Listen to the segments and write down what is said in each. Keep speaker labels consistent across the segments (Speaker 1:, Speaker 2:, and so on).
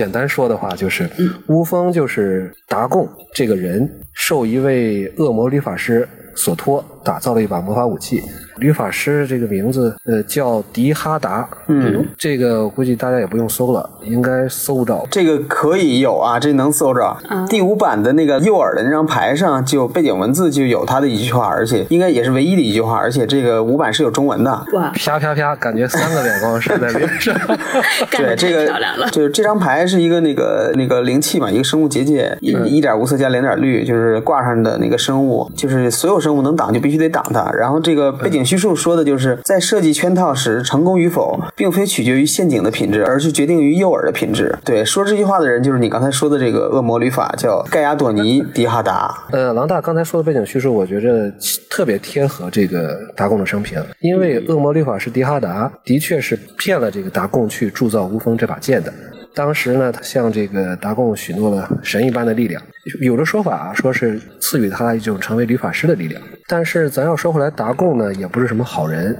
Speaker 1: 简单说的话，就是巫风就是达贡这个人受一位恶魔律法师所托，打造了一把魔法武器。律法师这个名字，呃，叫迪哈达。
Speaker 2: 嗯，
Speaker 1: 这个估计大家也不用搜了，应该搜不着。
Speaker 2: 这个可以有啊，这能搜着。第五版的那个右耳的那张牌上，就背景文字就有他的一句话，而且应该也是唯一的一句话，而且这个五版是有中文的。
Speaker 3: 哇，
Speaker 1: 啪啪啪，感觉三个脸光射在脸上。
Speaker 3: 干
Speaker 2: 对，
Speaker 3: 得
Speaker 2: 这
Speaker 3: 太
Speaker 2: 个
Speaker 3: 漂亮了。
Speaker 2: 就是这张牌是一个那个那个灵气嘛，一个生物结界，一
Speaker 3: 嗯
Speaker 2: 一点无色加零点绿，就是挂上的那个生物，就是所有生物能挡就必须得挡它。然后这个背景叙述说的就是在设计圈套时，成功与否并非取决于陷阱的品质，而是决定于诱饵的品质。对，说这句话的人就是你刚才说的这个恶魔律法，叫盖亚朵尼迪哈达。
Speaker 1: 呃，郎大刚才说的背景叙述，我觉着特别贴合这个达贡的生平，因为恶魔律法师迪哈达的确是骗了这个达贡去铸造无风这把剑的。当时呢，他向这个达贡许诺了神一般的力量，有的说法啊，说是赐予他一种成为律法师的力量。但是咱要说回来，达贡呢也不是什么好人，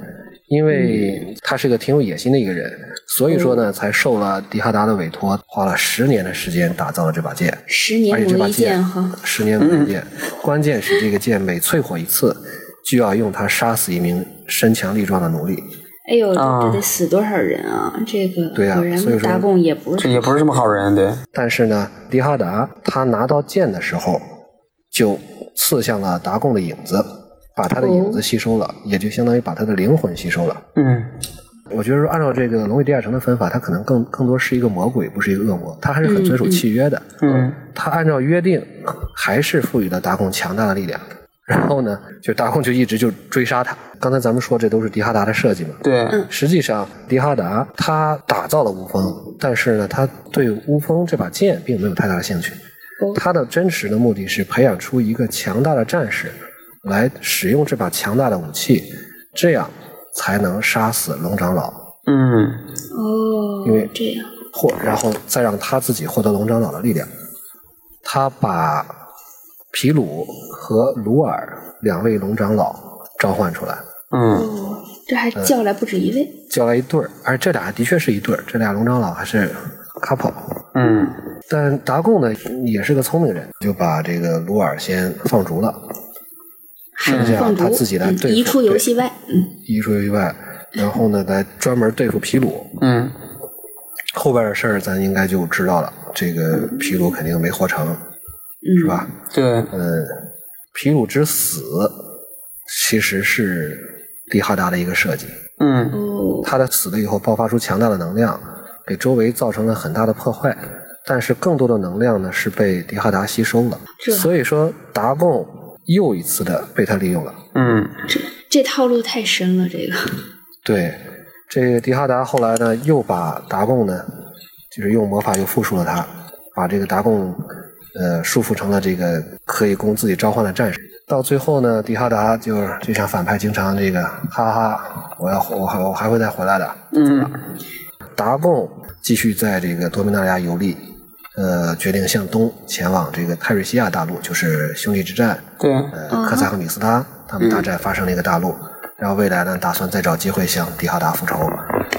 Speaker 1: 因为他是个挺有野心的一个人，所以说呢，才受了迪哈达的委托，花了十年的时间打造了这把剑。
Speaker 3: 十
Speaker 1: 而且
Speaker 3: 年
Speaker 1: 哎这
Speaker 3: 磨
Speaker 1: 把
Speaker 3: 一剑哈，嗯
Speaker 1: 十年磨一剑。关键是这个剑每淬火一次，就要用它杀死一名身强力壮的奴隶。
Speaker 3: 哎呦，
Speaker 2: 啊
Speaker 3: 这得死多少人啊！这个
Speaker 1: 对啊
Speaker 3: 果然
Speaker 1: 所以说
Speaker 3: 达贡也不
Speaker 2: 这
Speaker 3: 是
Speaker 2: 也不是什么好人，对，
Speaker 1: 但是呢，迪哈达他拿到剑的时候，就刺向了达贡的影子，把他的影
Speaker 3: 哦
Speaker 1: 子吸收了，也就相当于把他的灵魂吸收了。
Speaker 2: 嗯，
Speaker 1: 我觉得说按照这个《龙与地下城》的分法，他可能更更多是一个魔鬼，不是一个恶魔。他还是很遵守
Speaker 3: 嗯
Speaker 1: 契约的。
Speaker 2: 嗯，
Speaker 1: 他按照约定，还是赋予了达贡强大的力量。然后呢，就达贡就一直就追杀他。刚才咱们说这都是迪哈达的设计嘛。
Speaker 2: 对，
Speaker 1: 实际上，迪哈达他打造了乌风，但是呢，他对乌风这把剑并没有太大的兴趣
Speaker 3: 哦。
Speaker 1: 他的真实的目的是培养出一个强大的战士，来使用这把强大的武器，这样才能杀死龙长老。
Speaker 2: 嗯。
Speaker 3: 哦
Speaker 1: 因为，
Speaker 3: 这样
Speaker 1: 获，然后再让他自己获得龙长老的力量。他把皮鲁和鲁尔两位龙长老召唤出来，
Speaker 2: 嗯，
Speaker 3: 哦，这还叫来不止一位，
Speaker 1: 叫来一对儿，而这俩的确是一对儿，这俩龙长老还是 couple。
Speaker 2: 嗯，
Speaker 1: 但达贡呢，也是个聪明人，就把这个鲁尔先放逐了，剩下
Speaker 3: 放逐
Speaker 1: 他自己来
Speaker 3: 嗯
Speaker 1: 对付
Speaker 3: 移出游戏外，嗯，
Speaker 1: 移出游戏外，然后呢，来专门对付皮鲁。
Speaker 2: 嗯，
Speaker 1: 后边的事儿咱应该就知道了，这个皮鲁肯定没活成，
Speaker 3: 嗯
Speaker 1: 是吧？
Speaker 2: 对，
Speaker 1: 呃，皮鲁之死其实是迪哈达的一个设计。
Speaker 2: 嗯
Speaker 3: 哦，
Speaker 1: 他的死了以后爆发出强大的能量，给周围造成了很大的破坏。但是更多的能量呢是被迪哈达吸收了，
Speaker 3: 这
Speaker 1: 所以说达贡又一次的被他利用了。
Speaker 2: 嗯
Speaker 3: 这套路太深了，这个
Speaker 1: 对，这个迪哈达后来呢又把达贡呢，就是用魔法又附属了他，把这个达贡呃束缚成了这个可以供自己召唤的战士。到最后呢，迪哈达就是就像反派经常这个哈哈，我要我还我还会再回来的。
Speaker 2: 嗯
Speaker 1: 达贡继续在这个多米纳利亚游历，呃，决定向东前往这个泰瑞西亚大陆，就是兄弟之战，
Speaker 2: 对，
Speaker 1: 呃，
Speaker 3: 嗯
Speaker 1: 科萨和米斯拉他们大战发生了一个大陆，然后未来呢，打算再找机会向迪哈达复仇。